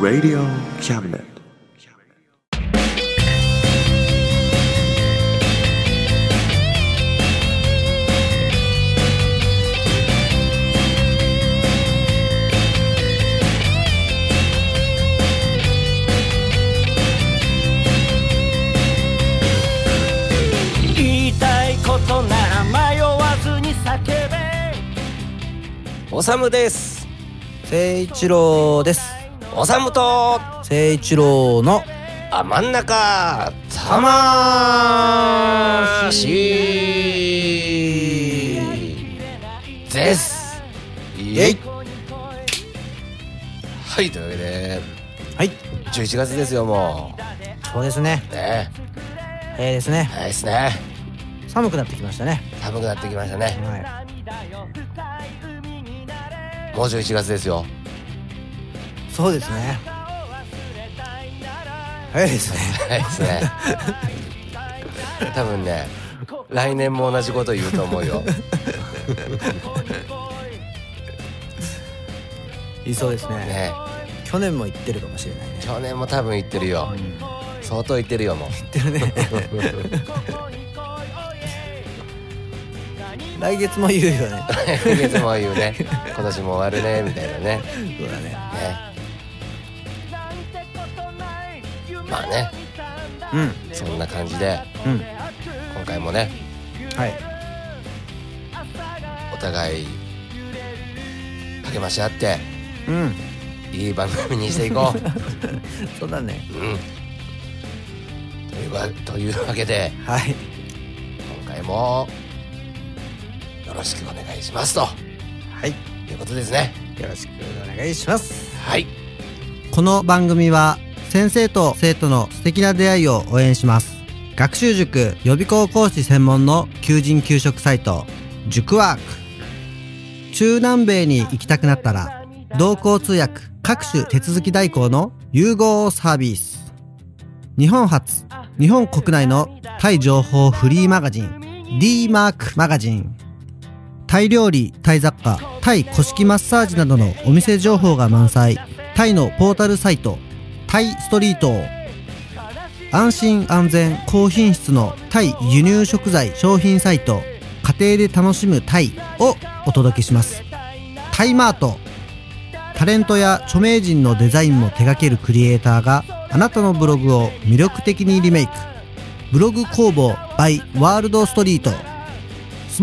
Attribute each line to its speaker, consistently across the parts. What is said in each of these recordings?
Speaker 1: Radio Cabinet.
Speaker 2: 言いたいことなら迷わずに叫べ
Speaker 3: おさむです
Speaker 4: 誠一郎です
Speaker 3: おさむと
Speaker 4: 誠一郎の
Speaker 3: あ真ん中たまーしですイエイはいというわけで
Speaker 4: はい
Speaker 3: 11月ですよも
Speaker 4: そうですね
Speaker 3: うね
Speaker 4: 早いですね
Speaker 3: 早いですね
Speaker 4: 寒くなってきましたね
Speaker 3: 寒くなってきましたね
Speaker 4: は
Speaker 3: もう11月ですよ
Speaker 4: いそうですね早いですね
Speaker 3: 早いですね多分ね来年も同じこと言うと思うよ
Speaker 4: 言いそうですね
Speaker 3: ね
Speaker 4: 去年も言ってるかもしれないね
Speaker 3: 去年も多分言ってるよ相当言ってるよもう
Speaker 4: 言ってるね来月も言うよね
Speaker 3: 今月も言うね今年も終わるねみたいなね
Speaker 4: そうだね
Speaker 3: ねまあね
Speaker 4: う
Speaker 3: そんな感じで
Speaker 4: んうん
Speaker 3: 今回もね
Speaker 4: はい
Speaker 3: お互い励まし合って
Speaker 4: うん
Speaker 3: いい番組にしていこ
Speaker 4: そうだね
Speaker 3: う、うん、というわというわけで
Speaker 4: はい
Speaker 3: 今回もよろしくお願いしますと
Speaker 4: はい
Speaker 3: いうことですね
Speaker 4: よろしくお願いします
Speaker 3: はい
Speaker 4: この番組は先生と生徒の素敵な出会いを応援します学習塾予備校講師専門の求人・求職サイト塾ワーク中南米に行きたくなったら同行通訳各種手続き代行の融合サービス日本初日本国内のタイ情報フリーマガジン d マークマガジンタイ料理、タイ雑貨、タイ古式マッサージなどのお店情報が満載。タイのポータルサイト、タイストリート。安心安全高品質のタイ輸入食材商品サイト、家庭で楽しむタイをお届けします。タイマート。タレントや著名人のデザインも手掛けるクリエイターがあなたのブログを魅力的にリメイク。ブログ工房 by ワールドストリート。ス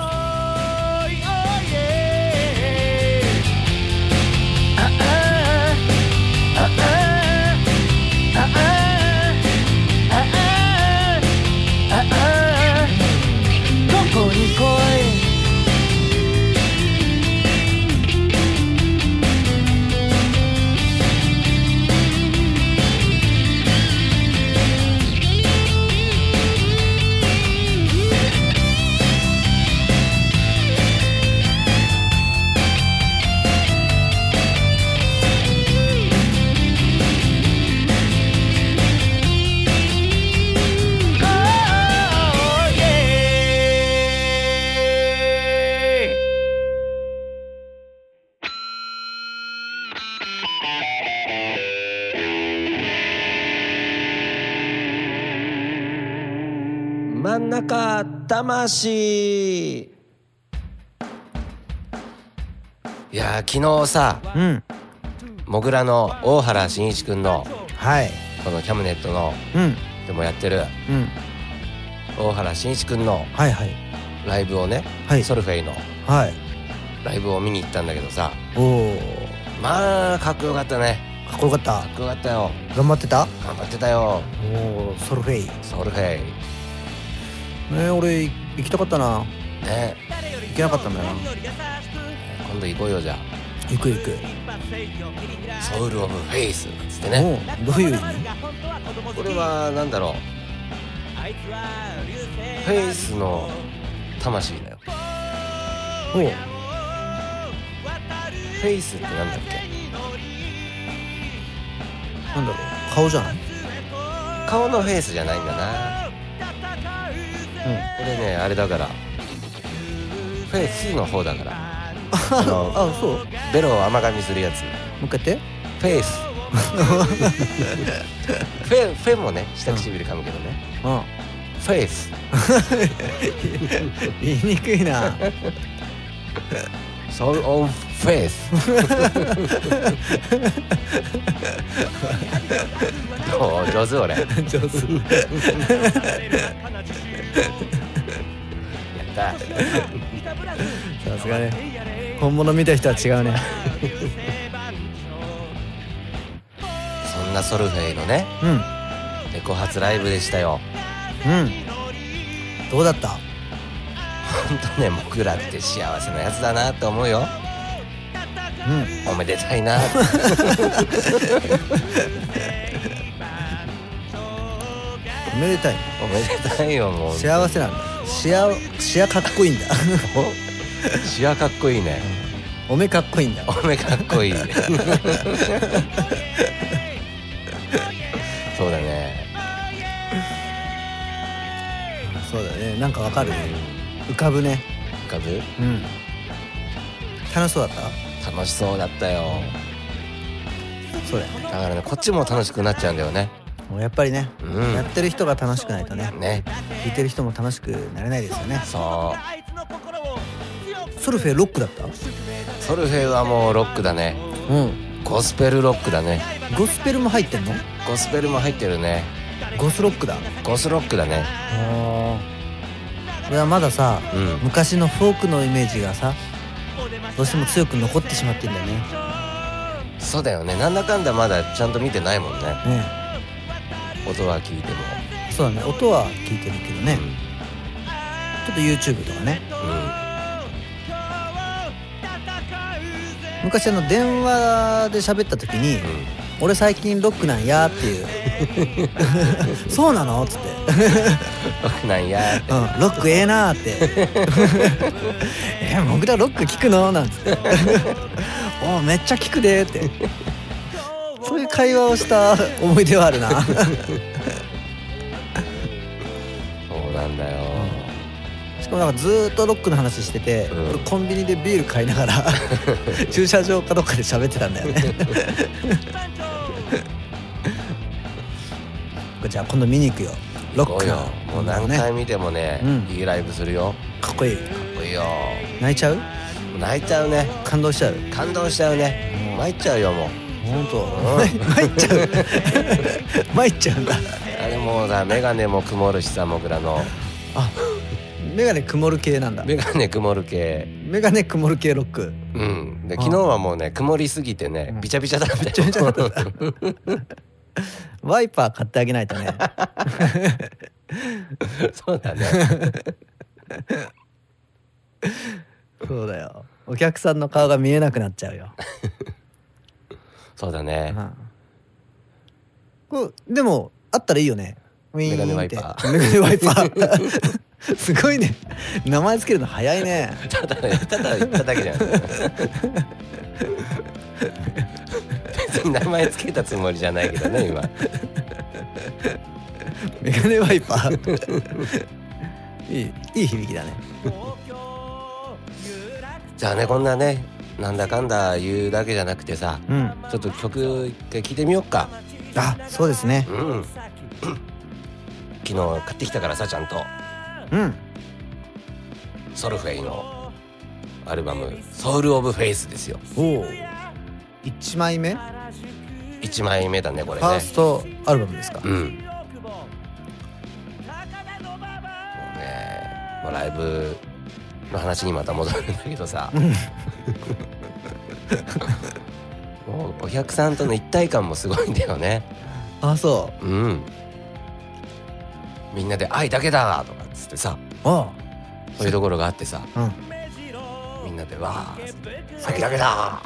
Speaker 2: どこに来い
Speaker 3: 真ん中魂いやー昨日さ
Speaker 4: うん。
Speaker 3: モグラの大原真一くんの
Speaker 4: はい。
Speaker 3: このキャムネットの
Speaker 4: うん。
Speaker 3: でもやってる
Speaker 4: うん。
Speaker 3: 大原真一くんの
Speaker 4: はいはい。
Speaker 3: ライブをね、
Speaker 4: はい
Speaker 3: ソルフェイの
Speaker 4: はい。
Speaker 3: ライブを見に行ったんだけどさ
Speaker 4: おお。
Speaker 3: まあかっこよかったね
Speaker 4: かっこよかっ
Speaker 3: か
Speaker 4: た。
Speaker 3: っこよかったよ
Speaker 4: 頑張ってた
Speaker 3: 頑張ってたよ
Speaker 4: おお、ソルフェイ。ね
Speaker 3: ソルフェイ
Speaker 4: え、俺、行きたかったな。
Speaker 3: ね
Speaker 4: 行けなかったんだよな。
Speaker 3: 今度行こうよじゃあ
Speaker 4: 行く行く
Speaker 3: ソウル・オブ・フェイスなんつってね
Speaker 4: もうどういう意味
Speaker 3: これは何だろうフェイスの魂だよ
Speaker 4: おう
Speaker 3: フェイスってなんだっけ
Speaker 4: なんだろう顔じゃない
Speaker 3: 顔のフェイスじゃないんだなこれねあれだからフェイスの方だから あの
Speaker 4: あそうも
Speaker 3: ベロを甘噛みするやつ
Speaker 4: う一回やって
Speaker 3: フェイ スフェフェもね下唇噛むけどね、
Speaker 4: う
Speaker 3: フェイス
Speaker 4: ん言いにくいな
Speaker 3: ソウル・オブ・フェイ スどう上手俺やっ
Speaker 4: 上手
Speaker 3: た
Speaker 4: さすがね本物見た人は違うね
Speaker 3: そんなソルフェイのね
Speaker 4: うん
Speaker 3: レコ発ライブでしたよ
Speaker 4: うんどうだった
Speaker 3: ほんとね僕らって幸せなやつだなって思うよ
Speaker 4: うん
Speaker 3: おめでたい な
Speaker 4: おめでたい
Speaker 3: おめでたいよもう
Speaker 4: 幸せなんだシアシアかっこいいんだ
Speaker 3: シアかっこいいね
Speaker 4: おめかっこいいんだ
Speaker 3: おめかっ こいいそうだね
Speaker 4: そうだねなんかわかるね浮かぶね
Speaker 3: 浮かぶ
Speaker 4: うん楽しそうだっ
Speaker 3: 楽しそうだったよ
Speaker 4: たそうだよね
Speaker 3: だからねこっちも楽しくなっちゃうんだよね
Speaker 4: もうやっぱりね、
Speaker 3: う
Speaker 4: や
Speaker 3: ん
Speaker 4: ってる人が楽しくないとね
Speaker 3: ね
Speaker 4: 聴いてる人も楽しくなれないですよね
Speaker 3: そう
Speaker 4: ソルフェロックだった
Speaker 3: ソルフェはもうロックだね
Speaker 4: うん
Speaker 3: ゴスペルロックだね
Speaker 4: ゴスペルも入ってんの
Speaker 3: ゴスペルも入ってるね
Speaker 4: ゴスロックだ
Speaker 3: ゴスロックだね
Speaker 4: あ俺はまださ
Speaker 3: うん
Speaker 4: 昔のフォークのイメージがさどうしても強く残ってしまってんだよねね
Speaker 3: そうだよねなんだかんだまだちゃんと見てないもんね
Speaker 4: え
Speaker 3: 音は聞いても
Speaker 4: そうだね音は聞いてるけどねちょっと YouTube とかね
Speaker 3: う
Speaker 4: 昔あの電話で喋った時に
Speaker 3: んうん
Speaker 4: 「俺最近ロックなんや」っていう 「そうなの?」っつって
Speaker 3: 僕なんやって
Speaker 4: うん、ロックええなーって 「え僕らロック聞くの?」なんつって 「おめっちゃ聞くで」ってそういう会話をした思い出はある な
Speaker 3: そうなんだよ
Speaker 4: しかもなんかずーっとロックの話してて、
Speaker 3: うん
Speaker 4: 俺コンビニでビール買いなが ら駐車場かどっかで喋ってたんだよねじゃあ今度見に行くよロッ
Speaker 3: こう
Speaker 4: ク
Speaker 3: よ
Speaker 4: の
Speaker 3: もう何
Speaker 4: か
Speaker 3: 回見てもね
Speaker 4: うん
Speaker 3: いいライブするよ
Speaker 4: っこいい
Speaker 3: かっこいいよ
Speaker 4: 泣いちゃう
Speaker 3: 泣いちゃうね
Speaker 4: 感動しちゃう
Speaker 3: 感動しちゃうね参っちゃうよもう
Speaker 4: 本当。参っちゃう。参っちゃうん だ。
Speaker 3: あれもうさ眼鏡も曇るしさ僕らの
Speaker 4: あ、メガネ曇る系なんだ。
Speaker 3: 眼鏡曇る系
Speaker 4: メガネ曇る系ロック。
Speaker 3: うんで
Speaker 4: あ
Speaker 3: 昨日はもうね曇りすぎてねびちゃびちゃだったびちゃびちゃだった
Speaker 4: ワイパー買ってあげないとね。
Speaker 3: そうだね
Speaker 4: そうだよ。お客さんの顔が見えなくなっちゃうよ。
Speaker 3: そうだね
Speaker 4: うんこうでもあったらいいよね。ウィーンって
Speaker 3: メガネワイパー
Speaker 4: メガネワイパー。 すごいね。名前つけるの早いね。
Speaker 3: ただただ言っただけじゃん別に名前つけたつもりじゃないけどね今
Speaker 4: メガネワイパー。いいいい響きだね。
Speaker 3: じゃあねこんなねなんだかんだ言うだけじゃなくてさ
Speaker 4: うん。
Speaker 3: ちょっと曲一回聴いてみよっか
Speaker 4: あ、そうですね。
Speaker 3: うん昨日買ってきたからさちゃんと
Speaker 4: うん。
Speaker 3: ソルフェイのアルバム「ソウル・オブ・フェイス」ですよ
Speaker 4: おお1枚目、
Speaker 3: 1枚目だねこ
Speaker 4: フ
Speaker 3: れ
Speaker 4: ァー
Speaker 3: ね
Speaker 4: ストアルバムですか、
Speaker 3: うんもうねもうライブの話にまた戻るんだけど さもうお客さんとの一体感もすごいんだよね
Speaker 4: あそ
Speaker 3: うんみんなで「愛だけだ!」とかっつって さ
Speaker 4: うあ
Speaker 3: そういうところがあってさ
Speaker 4: あうん
Speaker 3: みんなで「わあ愛だけだ!」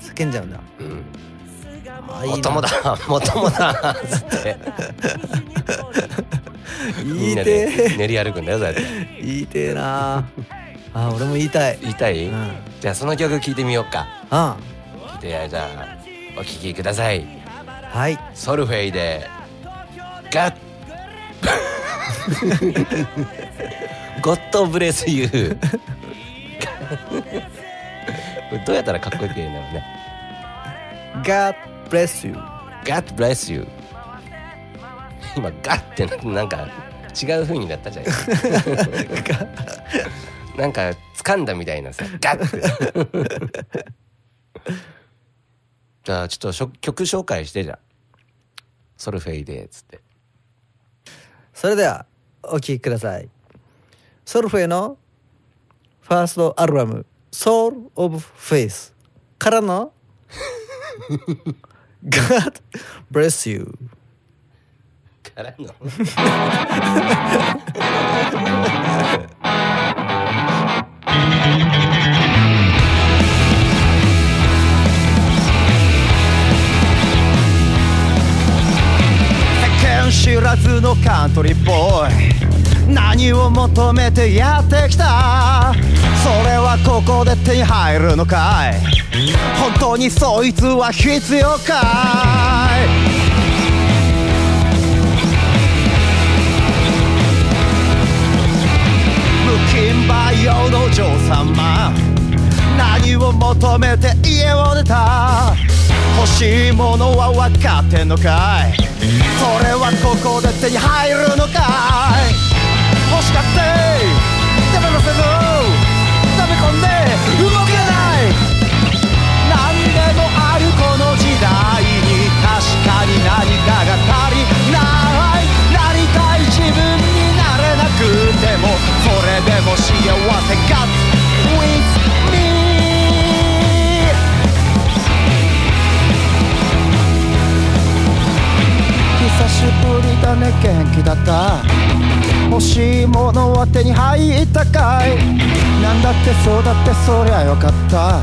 Speaker 4: 叫んじゃうんだ
Speaker 3: うん
Speaker 4: あ いい
Speaker 3: も
Speaker 4: な
Speaker 3: ともだもともだつって
Speaker 4: 言
Speaker 3: み
Speaker 4: い
Speaker 3: んな
Speaker 4: て
Speaker 3: で
Speaker 4: ー
Speaker 3: 練り歩くんだよそうやって
Speaker 4: 言いてーなー あ俺も言いたい
Speaker 3: 言いたい、
Speaker 4: うんうん
Speaker 3: じゃあその曲聴いてみようか
Speaker 4: は
Speaker 3: 聞いてじゃあお聴きください
Speaker 4: い
Speaker 3: ソルフェイで ガッ ゴッドブレスユー どうやったらかっこよく言えるんだろうね
Speaker 4: God bless you
Speaker 3: God bless you 今ガッてななんか違う風になった じゃんなんか掴んだみたいなさガッてじゃあちょっとしょ曲紹介してじゃんソルフェイでっつって
Speaker 4: それではお聴きくださいソルフェイのファーストアルバム「Soul of Faith」から の「God bless you
Speaker 3: からの
Speaker 2: 世間知らずのカントリーボーイ何を求めてやってきたそれはここで手に入るのかい本当にそいつは必要かい無金馬用のお嬢様何を求めて家を出た欲しいものは分かってんのかいそれはここで手に入るのかい欲しかって手放せず食べ込んで動けない何でもあるこの時代に確かに何かが足りないなりたい自分になれなくてもそれでも幸せが With me 久しぶりだね元気だった欲しいものは手に入ったかいなんだってそうだってそりゃよかった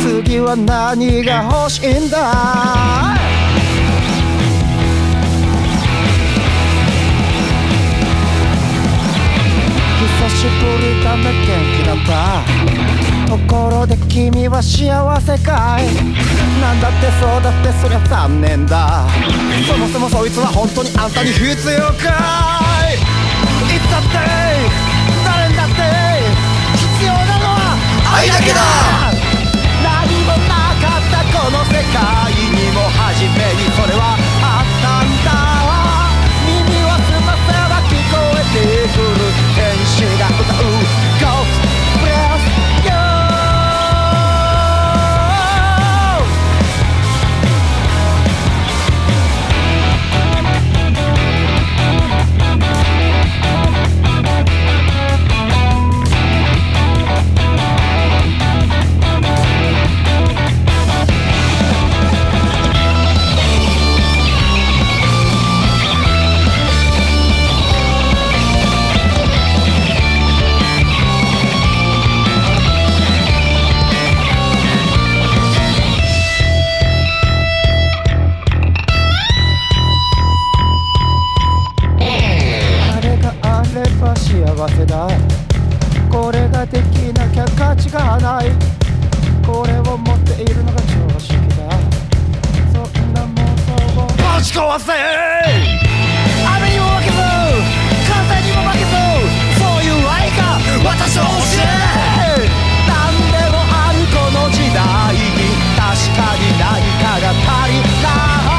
Speaker 2: 次は何が欲しいんだ久しぶりだね元気だったところで君は幸せかいなんだってそうだってそりゃ残念だそもそもそいつは本当にあんたに必要かいいつだって誰にだって必要なのは愛だけだ何もなかったこの世界にも初めにそれはあったんだ耳を澄ませば聞こえてくる天使が歌う God bless you あれがあれば幸せだこれができなきゃ価値がないこれを持っているのが常識だそんなものをぶち壊せ雨にも負けず風にも負けずそういう愛が私を欲しい何でもあるこの時代に確かに何かが足りない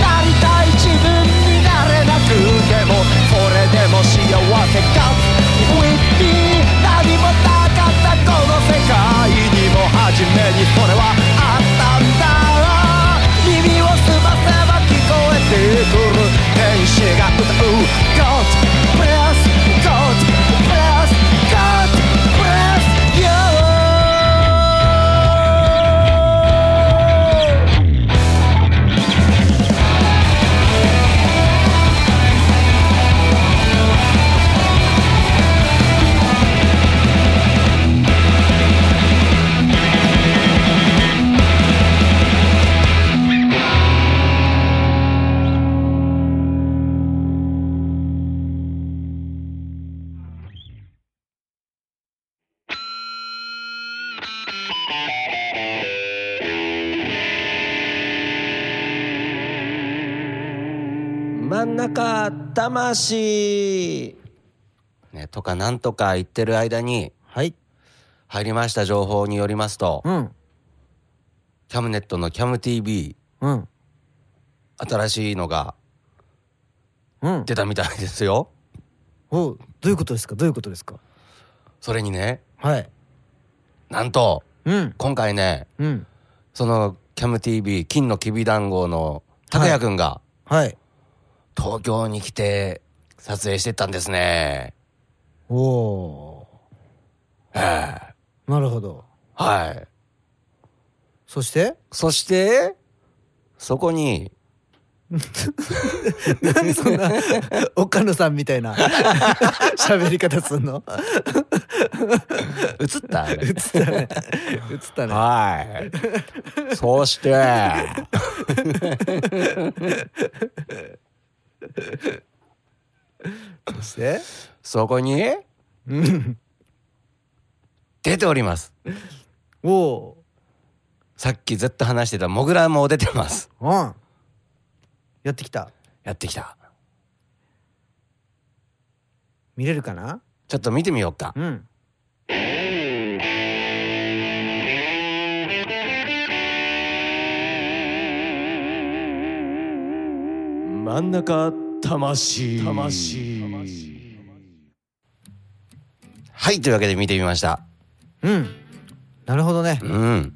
Speaker 2: なりたい自分になれなくてもそれでも幸せか With me 何もなかったこの世界にも初めにそれはあったんだ耳を澄ませば聞こえてくる天真ん中魂
Speaker 3: ね、とかなんとか言ってる間に、
Speaker 4: はい。
Speaker 3: 入りました情報によりますと、
Speaker 4: うん。
Speaker 3: キャムネットのキャム TV、
Speaker 4: うん。
Speaker 3: 新しいのが
Speaker 4: うん。
Speaker 3: 出たみたいですよ。
Speaker 4: おうどういうことですかどういうことですか
Speaker 3: それにね、
Speaker 4: はい。
Speaker 3: なんと、
Speaker 4: うん。
Speaker 3: 今回ね、
Speaker 4: うん。
Speaker 3: そのキャム TV、金のきびだんごの拓也くんが、
Speaker 4: はい。
Speaker 3: 東京に来て撮影してたんですね。
Speaker 4: おおー。なるほど。
Speaker 3: はい。
Speaker 4: そして
Speaker 3: そして、そこに、
Speaker 4: 何そんな岡野さんみたいな 喋り方すんの
Speaker 3: 映ったあれ
Speaker 4: 映ったね映ったね
Speaker 3: はい。そして、
Speaker 4: そして
Speaker 3: そこに、出ております。
Speaker 4: おお
Speaker 3: さっきずっと話してたモグラも出てます。
Speaker 4: ーうんやってきた
Speaker 3: やってきた。
Speaker 4: 見れるかな
Speaker 3: ちょっと見てみようか。
Speaker 4: うん
Speaker 2: 真ん中魂魂
Speaker 3: はい、というわけで見てみました。
Speaker 4: うんなるほどね
Speaker 3: うん。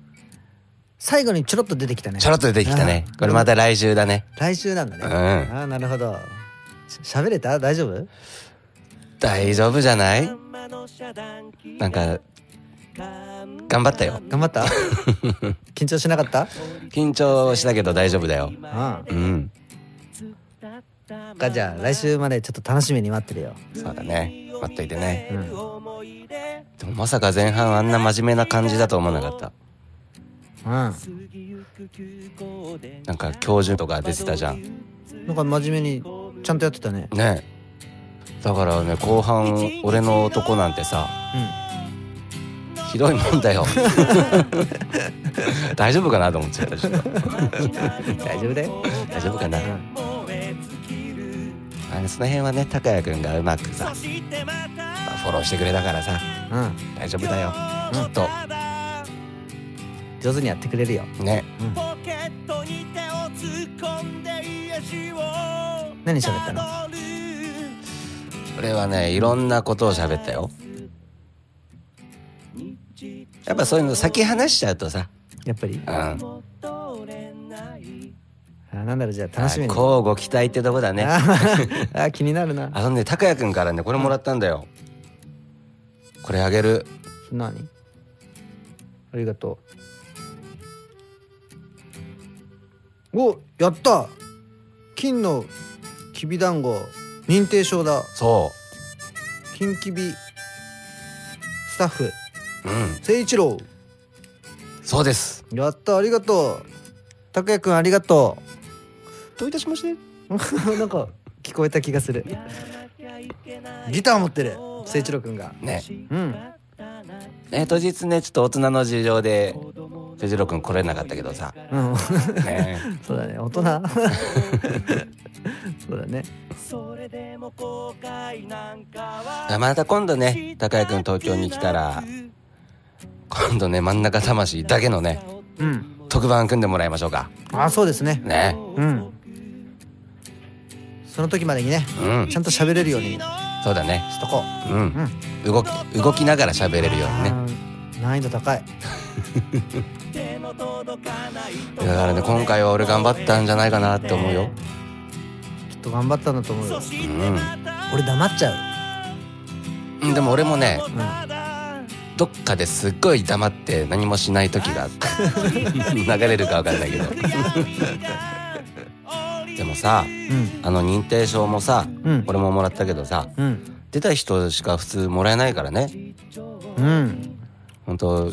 Speaker 4: 最後にちょろっと出てきたね
Speaker 3: ちょろっと出てきたね
Speaker 4: あー。
Speaker 3: これまた来週だね。
Speaker 4: 来週なんだね、
Speaker 3: うん
Speaker 4: ああなるほどし喋れた大丈夫
Speaker 3: 大丈夫じゃないなんか、頑張ったよ。
Speaker 4: 頑張った緊張しなかった
Speaker 3: 緊張したけど大丈夫だよ。う
Speaker 4: う
Speaker 3: ん。
Speaker 4: んかじゃあ来週までちょっと楽しみに待ってるよ
Speaker 3: そうだね。待っといてね。
Speaker 4: うん
Speaker 3: でもまさか前半あんな真面目な感じだと思わなかった。
Speaker 4: うん、なん
Speaker 3: なんか教授とか出てたじゃん。
Speaker 4: か真面目にちゃんとやってたね
Speaker 3: ねだからね後半俺の男なんてさ
Speaker 4: う
Speaker 3: ひどいもんだよ大丈夫かなと思っちゃったちょっと
Speaker 4: ん大丈夫だよ
Speaker 3: 大丈夫かな、
Speaker 4: ん
Speaker 3: あのその辺はね高谷んがうまくさフォローしてくれたからさ
Speaker 4: うん
Speaker 3: 大丈夫だよきっと
Speaker 4: 上手にやってくれるよ
Speaker 3: ね
Speaker 4: 何喋ったの
Speaker 3: 俺はねいろんなことを喋ったよやっぱそういうの先話しちゃうとさ、
Speaker 4: やっぱり
Speaker 3: うん、は
Speaker 4: あなんだろうじゃあ
Speaker 3: い
Speaker 4: 楽しみに
Speaker 3: こうご期待ってとこだね
Speaker 4: あー あー気になるな
Speaker 3: あのね、高谷くんからね、これもらったんだよ。これあげる。
Speaker 4: 何ありがとうおやった金のきびだんご認定証だ
Speaker 3: そ
Speaker 4: 金きびスタッフ
Speaker 3: う。うん。
Speaker 4: 誠一郎
Speaker 3: そうです。
Speaker 4: やったありがとう拓也くんありがと
Speaker 3: どういたしまして。
Speaker 4: う なんか聞こえた気がするギター持ってる誠一郎くんが
Speaker 3: ね。
Speaker 4: うん
Speaker 3: ね、当日ね、ちょっと大人の事情で、藤郎くん来れなかったけどさ。
Speaker 4: うん
Speaker 3: ね。
Speaker 4: そうだね大人 そうだね
Speaker 3: あまた今度ね、高谷くん東京に来たら、今度ね、真ん中魂だけのね、
Speaker 4: うん
Speaker 3: 特番組んでもらいましょうか。
Speaker 4: あそうですね
Speaker 3: ね。
Speaker 4: うんその時までにね
Speaker 3: うん
Speaker 4: ち。ゃんと喋れるように
Speaker 3: そうだね。
Speaker 4: しとこ
Speaker 3: うん。動き、動きながら喋れるよう
Speaker 4: う、
Speaker 3: にね。
Speaker 4: うん難易度高い
Speaker 3: だからね、今回は俺頑張ったんじゃないかなって思うよ。
Speaker 4: きっと頑張ったんだと思うよ
Speaker 3: うん。
Speaker 4: 俺黙っちゃ
Speaker 3: うんでも俺もね、
Speaker 4: ん
Speaker 3: どっかですっごい黙って何もしない時があった 流れるか分かんないけど でもさ
Speaker 4: ううん
Speaker 3: あの認定証もさ、
Speaker 4: うん
Speaker 3: 俺ももらったけどさ
Speaker 4: うん
Speaker 3: 出た人しか普通もらえないからね
Speaker 4: うん
Speaker 3: 本当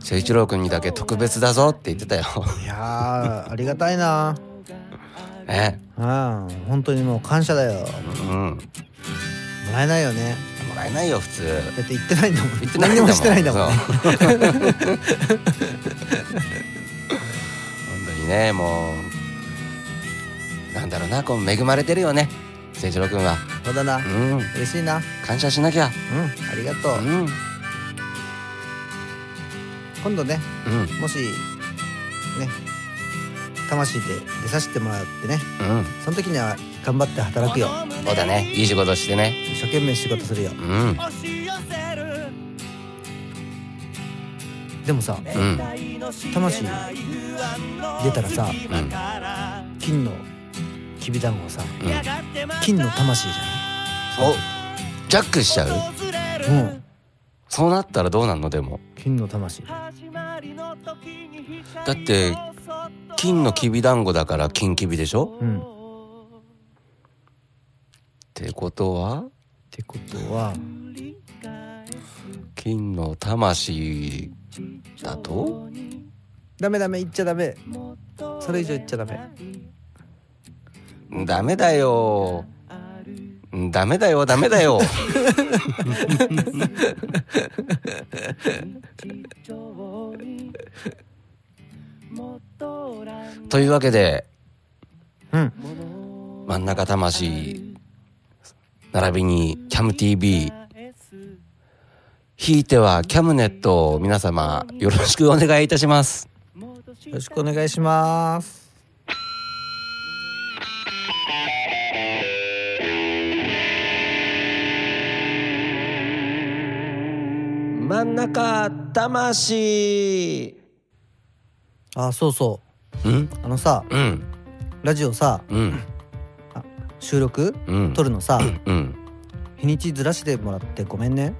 Speaker 3: 誠一郎君にだけ特別だぞって言ってたよ
Speaker 4: いやーありがたいな
Speaker 3: ね
Speaker 4: ああ本当にもう感謝だよ
Speaker 3: うんも
Speaker 4: もらえないよね
Speaker 3: らえないよ普通
Speaker 4: だって言ってないんだもん
Speaker 3: 言ってないんだ
Speaker 4: 何に
Speaker 3: もん
Speaker 4: もしてないんだもんね
Speaker 3: そう本当にねもうなんだろうなこう恵まれてるよね誠一郎君は
Speaker 4: そうだな
Speaker 3: うん
Speaker 4: 嬉しいな
Speaker 3: 感謝しなきゃ
Speaker 4: ありがとう
Speaker 3: うんうん
Speaker 4: 今度ねもしね魂で出させてもらってね
Speaker 3: うん
Speaker 4: その時には頑張って働くよ
Speaker 3: そうだねいい仕事してね
Speaker 4: 一生懸命仕事するよ
Speaker 3: うん
Speaker 4: でもさ
Speaker 3: うん
Speaker 4: 魂出たらさ
Speaker 3: うん
Speaker 4: 金のきびだんごをさ
Speaker 3: うん
Speaker 4: 金の魂じゃ
Speaker 3: おジャックしちゃう
Speaker 4: ないうん
Speaker 3: そうなったらどうなんのでも
Speaker 4: 金の魂
Speaker 3: だって金のきびだんごだから金きびでしょ
Speaker 4: うんっ
Speaker 3: ってことは
Speaker 4: てことは
Speaker 3: 金の魂だと
Speaker 4: ダメダメ言っちゃダメそれ以上言っちゃダメ
Speaker 3: ダメだよダメだよダメだよというわけで、
Speaker 4: うん
Speaker 3: 真ん中魂並びにキャム TV ひいてはキャムネットを皆様よろしくお願いいたします
Speaker 4: よろしくお願いします
Speaker 5: 真ん中魂
Speaker 4: あそうそ
Speaker 3: うん
Speaker 4: うあのさ
Speaker 3: うん
Speaker 4: ラジオさ
Speaker 3: うん
Speaker 4: 収録
Speaker 3: うん
Speaker 4: 撮るのさ
Speaker 3: うん
Speaker 4: 日にちずらしてもらってごめんね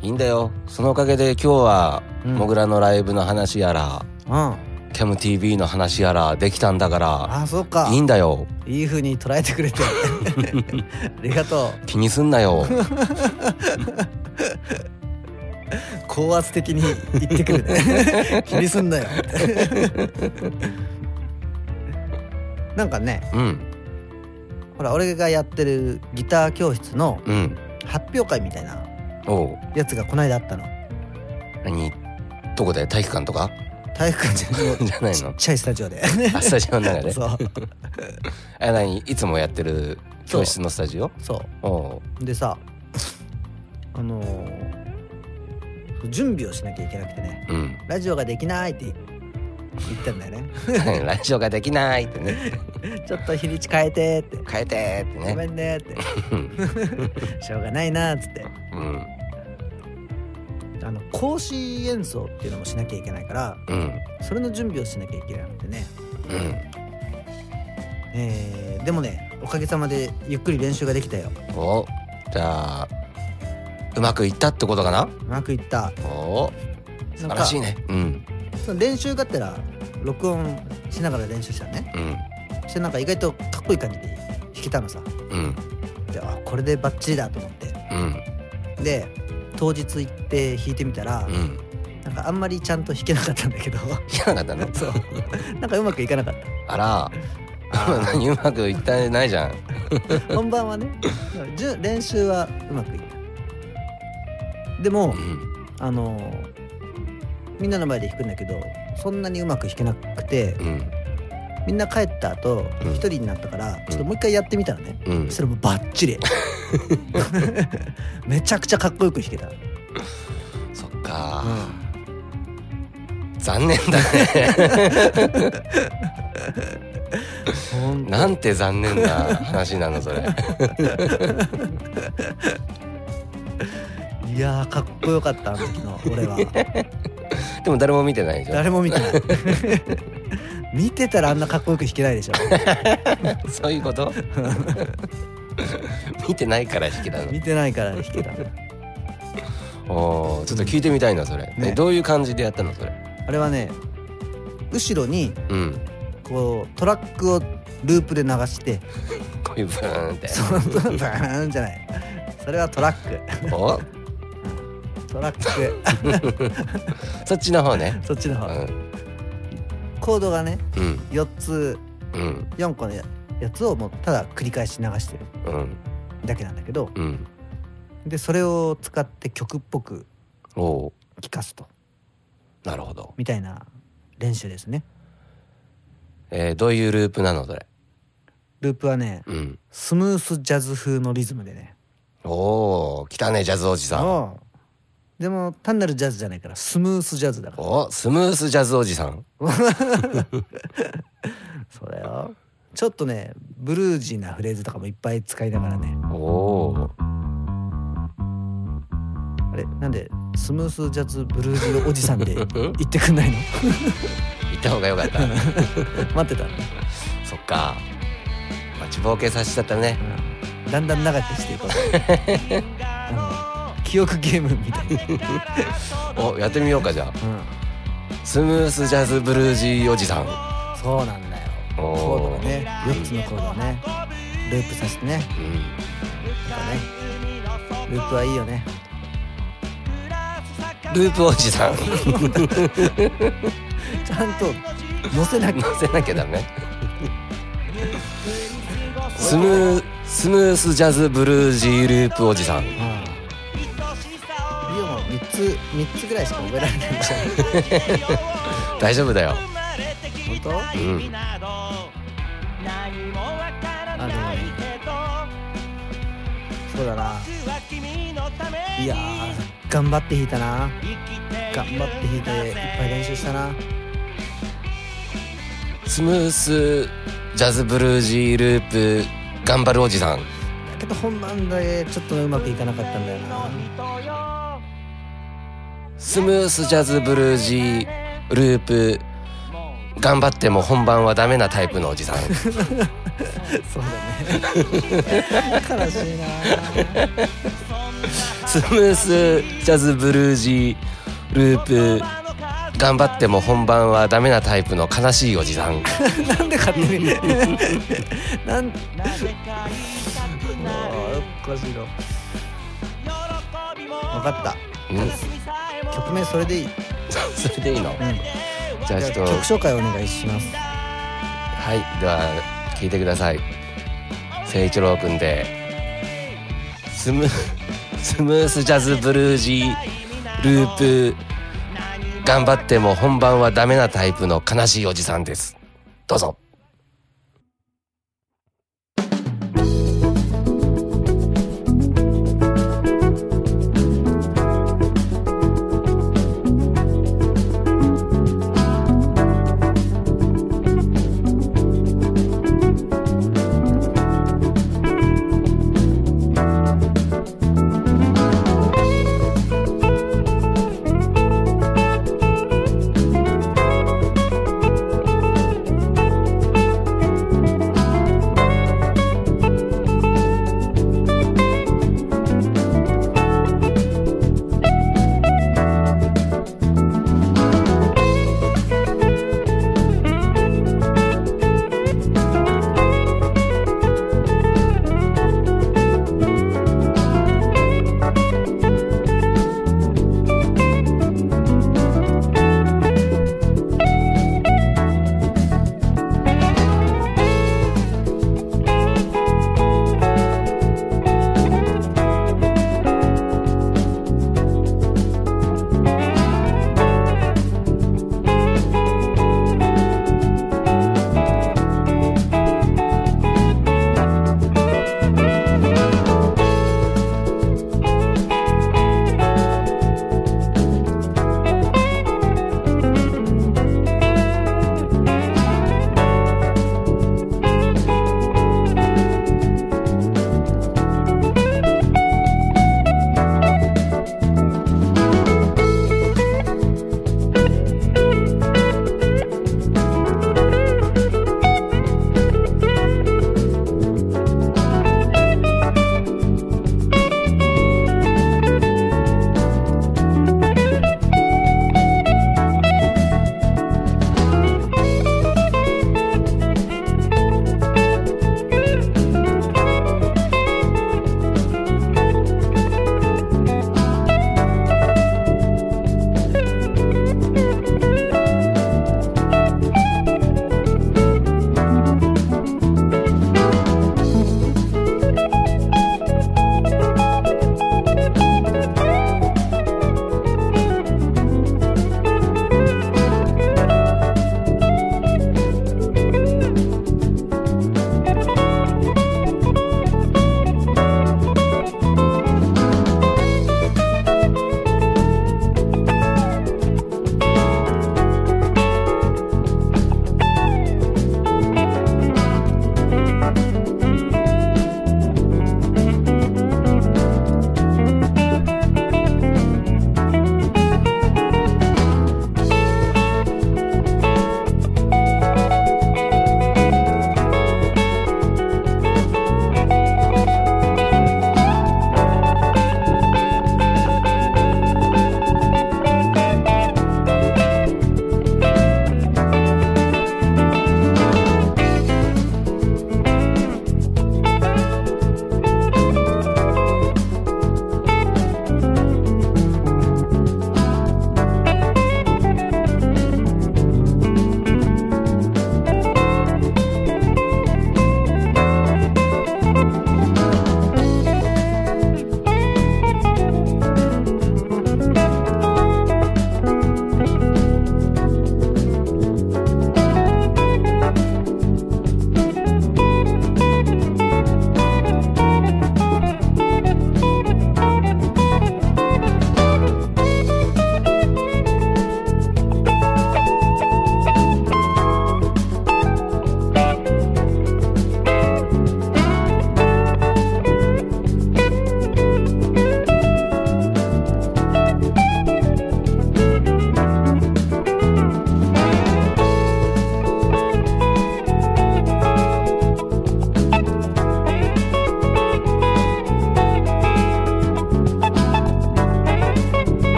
Speaker 3: いいんだよそのおかげで今日は、
Speaker 4: うん
Speaker 3: モグラのライブの話やら
Speaker 4: うんあ
Speaker 3: キャム TV の話やらできたんだか
Speaker 4: そう
Speaker 3: ら
Speaker 4: か
Speaker 3: いいんだよ
Speaker 4: いい風に捉えてくれ てありがとう
Speaker 3: 気にすんな よ
Speaker 4: 高圧的に言ってく るね気にすんなよなんかね
Speaker 3: うん
Speaker 4: ほら俺がやってるギター教室の
Speaker 3: うん
Speaker 4: 発表会みたいな
Speaker 3: おう
Speaker 4: やつがこの間あったの
Speaker 3: 何どこで体育館とか
Speaker 4: 体育館じゃない
Speaker 3: じゃない
Speaker 4: ち っ
Speaker 3: の
Speaker 4: ちゃいスタジオで
Speaker 3: あスタジオの中で
Speaker 4: そう
Speaker 3: あ何いつもやってる教室のスタジオ
Speaker 4: そ
Speaker 3: おう
Speaker 4: うでさあのー準備をしなきゃいけなくてね
Speaker 3: うん
Speaker 4: ラジオができないって言ったんだよね
Speaker 3: 来場ができないってね
Speaker 4: ちょっと日にち変えてって
Speaker 3: 変えてーって
Speaker 4: ご
Speaker 3: ね
Speaker 4: めんねって しょうがないなっつって
Speaker 3: うん
Speaker 4: あの講師演奏っていうのもしなきゃいけないから
Speaker 3: うん
Speaker 4: それの準備をしなきゃいけなくてね、
Speaker 3: う
Speaker 4: えーでもねおかげさまでゆっくり練習ができたよ
Speaker 3: んおじゃあうまくいったってことかな
Speaker 4: うまくいった
Speaker 3: おお素晴らしいねうん
Speaker 4: その練習があったら録音しながら練習したのね
Speaker 3: うん
Speaker 4: そしてなんか意外とかっこいい感じで弾けたのさ
Speaker 3: うん
Speaker 4: であこれでバッチリだと思って
Speaker 3: うん
Speaker 4: で当日行って弾いてみたら、
Speaker 3: うん
Speaker 4: なんかあんまりちゃんと弾けなかったんだけど
Speaker 3: いかなかったの
Speaker 4: そうなんかうまくいかなかっ
Speaker 3: あら何うまくいったないじゃん
Speaker 4: た本番はねじゅ練習はうまくいったで
Speaker 3: う
Speaker 4: も、
Speaker 3: ん
Speaker 4: あのみんなの前で弾くんだけどそんなにうまく弾けなくて
Speaker 3: うん
Speaker 4: みんな帰った後
Speaker 3: うん
Speaker 4: 一人になったからちょっともう一回やってみたらね
Speaker 3: うん
Speaker 4: それもバッ チリめちゃくちゃかっこよく弾けた、
Speaker 3: そっか残念だね
Speaker 4: うん、
Speaker 3: なんて残念な話なのそれ
Speaker 4: いやーかっこよかったあの時の俺は
Speaker 3: でも誰も見てないでしょ
Speaker 4: 誰も見てない 見てたらあんなかっこよく弾けないでしょ
Speaker 3: そういうこと 見てないから引けたの
Speaker 4: 見てないから弾けた
Speaker 3: おーちょっと聞いてみたいなそれ、
Speaker 4: ね
Speaker 3: えどういう感じでやったのそれ
Speaker 4: あれはね後ろに
Speaker 3: うん
Speaker 4: こうトラックをループで流して
Speaker 3: こういうブーンって
Speaker 4: そのブーンじゃないそれはトラッ
Speaker 3: お
Speaker 4: クトラック
Speaker 3: そっちの方ね
Speaker 4: そっちの
Speaker 3: う
Speaker 4: 方
Speaker 3: ん
Speaker 4: コードがね
Speaker 3: うん
Speaker 4: 4つ
Speaker 3: うん
Speaker 4: 4個のややつをもうただ繰り返し流してる
Speaker 3: うん
Speaker 4: だけなんだけど
Speaker 3: うん
Speaker 4: でそれを使って曲っぽく
Speaker 3: おお
Speaker 4: 聴かすと
Speaker 3: ーなるほど
Speaker 4: みたいな練習ですね
Speaker 3: えーどういうループなのそれ
Speaker 4: ループはね
Speaker 3: うん。
Speaker 4: スムースジャズ風のリズムでね
Speaker 3: おー、来たね、ジャズおじさん。
Speaker 4: おうでも単なるジャズじゃないからスムースジャズだから
Speaker 3: おスムースジャズおじさん。
Speaker 4: そうだよちょっとねブルージーなフレーズとかもいっぱい使いながらね
Speaker 3: おー。
Speaker 4: あれなんでスムースジャズブルージーおじさん で言ってくんないの
Speaker 3: 行った方が良かった。
Speaker 4: 待ってたの
Speaker 3: そっか。待ちぼうけさせちゃったね。
Speaker 4: だんだん長くしていこう あの記憶ゲームみたいな、
Speaker 3: お、やってみようか、じゃあ。
Speaker 4: うん
Speaker 3: スムースジャズブルージーおじさん。
Speaker 4: そうなんだよ
Speaker 3: おー
Speaker 4: コードがね4つのコードをねループさせてねやっ
Speaker 3: う
Speaker 4: ぱねループはいいよね
Speaker 3: ん。ループおじさん。
Speaker 4: ちゃんと乗せなきゃ
Speaker 3: 乗せなきゃダメ。スムー、スムースジャズブルージーループおじさん。
Speaker 4: リオも3つ三つぐらいしか覚えられ ないんじゃない
Speaker 3: 大丈夫だよ。
Speaker 4: 本当
Speaker 3: うん。
Speaker 4: あでもねそうだないやー頑張って弾いたな頑張って弾いていっぱい練習したな
Speaker 3: スムースジャズブルージーループ頑張るおじさん。
Speaker 4: だけど本番でちょっとうまくいかなかったんだよな
Speaker 3: スムースジャズブルージーループ頑張っても本番はダメなタイプのおじさん
Speaker 4: そうだね悲しいな
Speaker 3: スムースジャズブルージーループ頑張っても本番はダメなタイプの悲しいおじさん
Speaker 4: なんで勝手に なん もうおかしいの分かった曲名それでいい、うん、
Speaker 3: それでいいのじゃあ
Speaker 4: じゃあ
Speaker 3: ちょ
Speaker 4: 曲
Speaker 3: っと
Speaker 4: 紹介お願いします
Speaker 3: はいでは聞いてください誠一郎君でスムスムースジャズブルージーループ頑張っても本番はダメなタイプの悲しいおじさんですどうぞ
Speaker 1: 「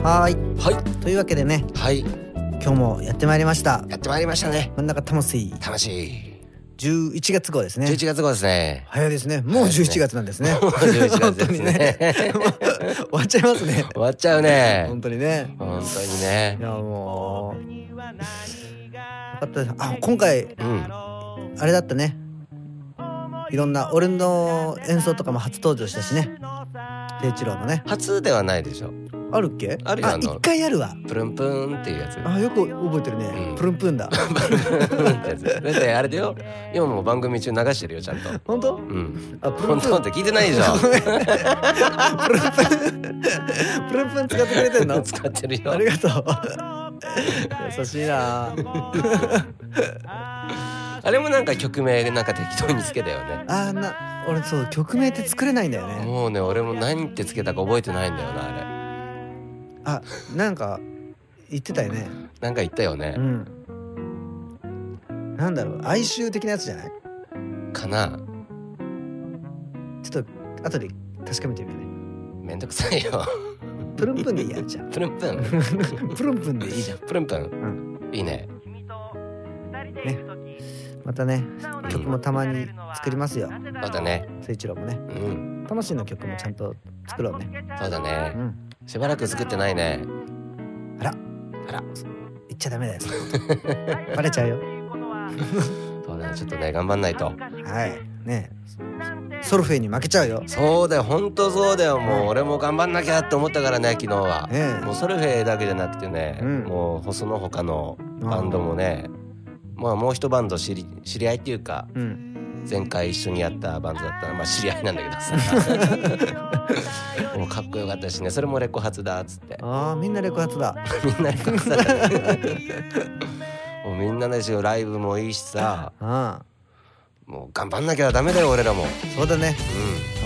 Speaker 4: わけでね
Speaker 3: はい
Speaker 4: 今日もやってまいりました
Speaker 3: やってまいりましたね
Speaker 4: 真ん中魂
Speaker 3: 楽しい
Speaker 4: 11月号ですね
Speaker 3: 11月号ですね
Speaker 4: 早いですねもう
Speaker 3: 早いですね
Speaker 4: 11月なんです ね
Speaker 3: 11月
Speaker 4: 本当
Speaker 3: で
Speaker 4: に
Speaker 3: す
Speaker 4: ね
Speaker 3: ね
Speaker 4: 終わっちゃいますね
Speaker 3: 終わっちゃうね
Speaker 4: 本当にね
Speaker 3: 本当に
Speaker 4: い
Speaker 3: ね
Speaker 4: やもうよかったですあ今回
Speaker 3: うん
Speaker 4: あれだったねいろんな俺の演奏とかも初登場したしね定一郎のね
Speaker 3: 初ではないでしょ
Speaker 4: あるっけ
Speaker 3: あるよあの
Speaker 4: 一回あるわ
Speaker 3: プルンプーンっていうやつ
Speaker 4: あよく覚えてるね、
Speaker 3: うん
Speaker 4: プルン プンだ
Speaker 3: だってあれだよ今もう番組中流してるよちゃんと
Speaker 4: 本当
Speaker 3: うん
Speaker 4: あプルン
Speaker 3: 本
Speaker 4: プン
Speaker 3: 当って聞いてないでしょ
Speaker 4: プルンプン使ってくれてる の
Speaker 3: 使ってるよ
Speaker 4: ありがとう 優しいな
Speaker 3: あれもなんか曲名なんか適当につけたよね
Speaker 4: あーな俺そう曲名って作れないんだよね
Speaker 3: もうね俺も何ってつけたか覚えてないんだよなあれ
Speaker 4: あなんか言ってたよね
Speaker 3: なんか言ったよね
Speaker 4: うんなんだろう哀愁的なやつじゃない
Speaker 3: かな
Speaker 4: ちょっと後で確かめてみるね
Speaker 3: めんどくさいよ
Speaker 4: プルンプンでいいやじゃん
Speaker 3: プルンプ ン
Speaker 4: プルンプンでいいじゃん
Speaker 3: プルンプン、いいね
Speaker 4: またね
Speaker 3: ん
Speaker 4: 曲もたまに作りますよ
Speaker 3: またね
Speaker 4: 誠一郎もね
Speaker 3: うん
Speaker 4: 魂の曲もちゃんと作ろうね
Speaker 3: そうだ
Speaker 4: う
Speaker 3: ね
Speaker 4: ん
Speaker 3: しばらく作ってないね
Speaker 4: あら
Speaker 3: あら
Speaker 4: 言っちゃダメだよそんな こと バレちゃうよ
Speaker 3: そうだねちょっとね頑張んないと
Speaker 4: はいねえソルフェに負けちゃうよ
Speaker 3: そうだよ本当そうだよもう俺も頑張んなきゃって思ったからね昨日は、
Speaker 4: ねえ
Speaker 3: もうソルフェだけじゃなくてね、
Speaker 4: うん
Speaker 3: もうその他のバンドもねまあもう一バンド知り知り合いっていうか
Speaker 4: うん
Speaker 3: 前回一緒にやったバンドだったらまあ知り合いなんだ けどさもうかっこよかったしねそれもレコ発だっつって
Speaker 4: あーみんなレコ発だ
Speaker 3: みんなレコ発だからねもうみんなですよライブもいいしさ
Speaker 4: あ
Speaker 3: もう頑張んなきゃダメだよ俺らも
Speaker 4: あそうだね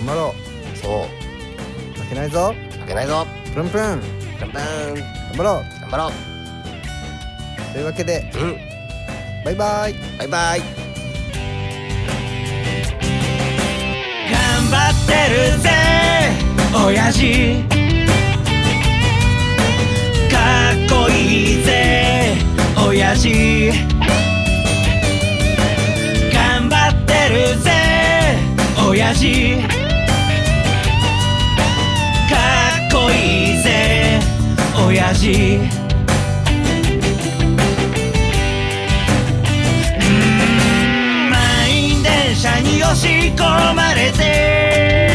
Speaker 3: う
Speaker 4: 頑張ろ
Speaker 3: んそう
Speaker 4: 負けないぞ
Speaker 3: う負けないぞ
Speaker 4: プルンプルン
Speaker 3: 頑張
Speaker 4: 頑張ろ
Speaker 3: ーん頑張ろ
Speaker 4: うというわけで
Speaker 3: ううん
Speaker 4: バイバイ
Speaker 3: バイバイ
Speaker 2: 頑張ってるぜ親父かっこいいぜ親父頑張ってるぜ親父かっこいいぜ親父満員電車に押し込まれて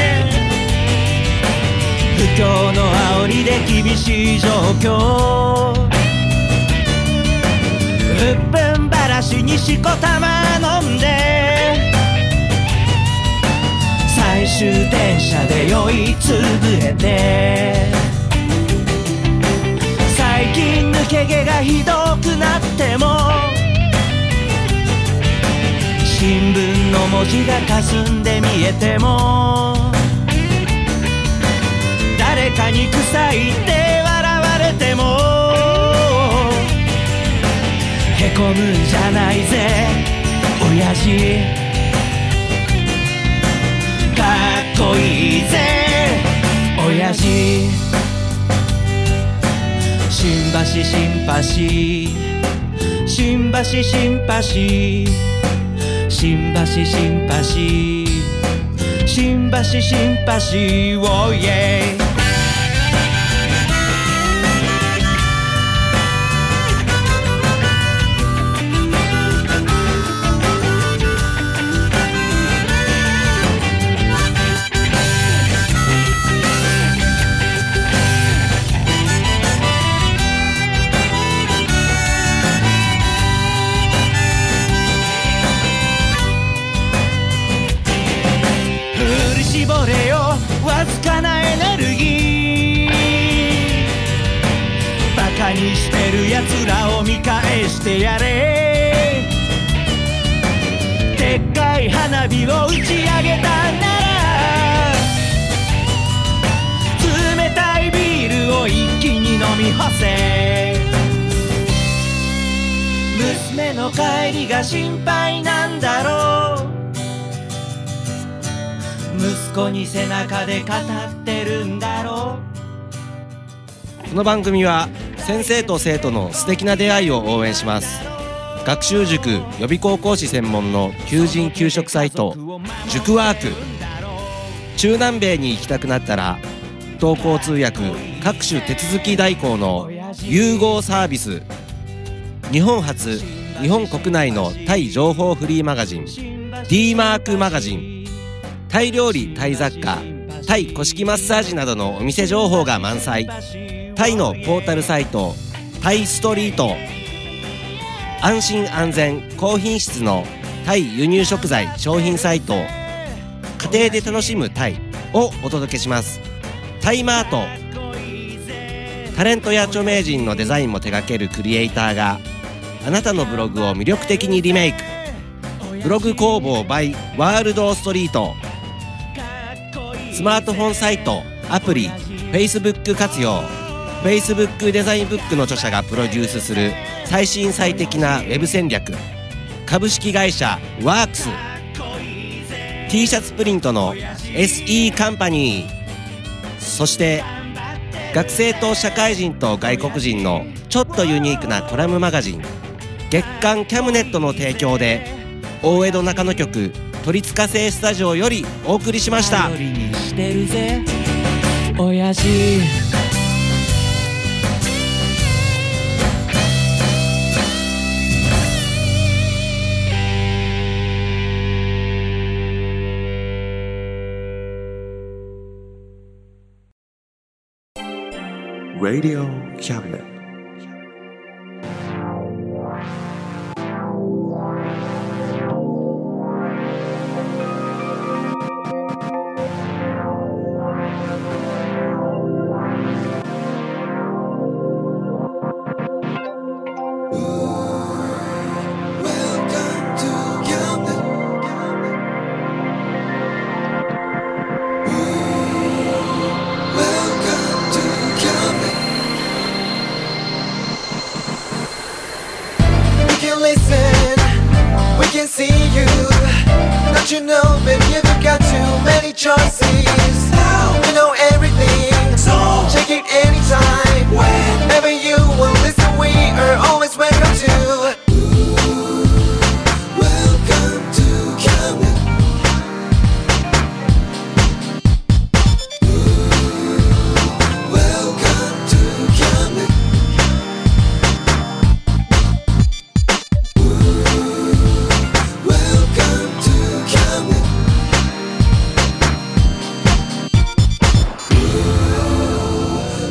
Speaker 2: 不況の煽りで厳しい状況うっぷんばらしにしこたま飲んで最終電車で酔いつぶれて最近抜け毛がひどくなっても新聞の文字が霞んで見えても誰かに臭いって笑われてもへこむんじゃないぜ親父かっこいいぜ親父新橋新橋新橋新橋新橋新橋新橋新橋をイエイ振り絞れよわずかなエネルギーバカにしてるやつらを見返してやれでっかい花火を打ち上げたなら冷たいビールを一気に飲み干せ娘の帰りが心配なんだろう息子に背中で語ってるんだろう
Speaker 1: この番組は
Speaker 3: 先生と生徒の素敵な出会いを応援します学習塾予備高校師専門の求人・給食サイト塾ワーク中南米に行きたくなったら同行通訳各種手続き代行の融合サービス日本初日本国内のタイ情報フリーマガジン d マークマガジンタイ料理タイ雑貨タイ古式マッサージなどのお店情報が満載タイのポータルサイトタイストリート安心安全高品質のタイ輸入食材商品サイト家庭で楽しむタイをお届けしますタイマートタレントや著名人のデザインも手掛けるクリエイターがあなたのブログを魅力的にリメイクブログ工房 by ワールドストリートスマートフォンサイトアプリ Facebook 活用 Facebook デザインブックの著者がプロデュースする最新最適なウェブ戦略株式会社ワークス t シャツプリントの SE カンパニーそして学生と社会人と外国人のちょっとユニークなコラムマガジン月刊キャムネットの提供で大江戸中野局鳥塚製スタジオよりお送りしました
Speaker 2: 頼りにしてるぜ親父
Speaker 6: Radio Cabinet.
Speaker 1: We can listen, we can see you. Don't you know, baby, you've got too many choices. You know everything, so check it anytime. Whenever you will listen, we are always welcome to. Welcome to Camden. Welcome to Camden. Welcome to Camden.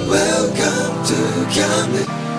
Speaker 1: Welcome to Camden.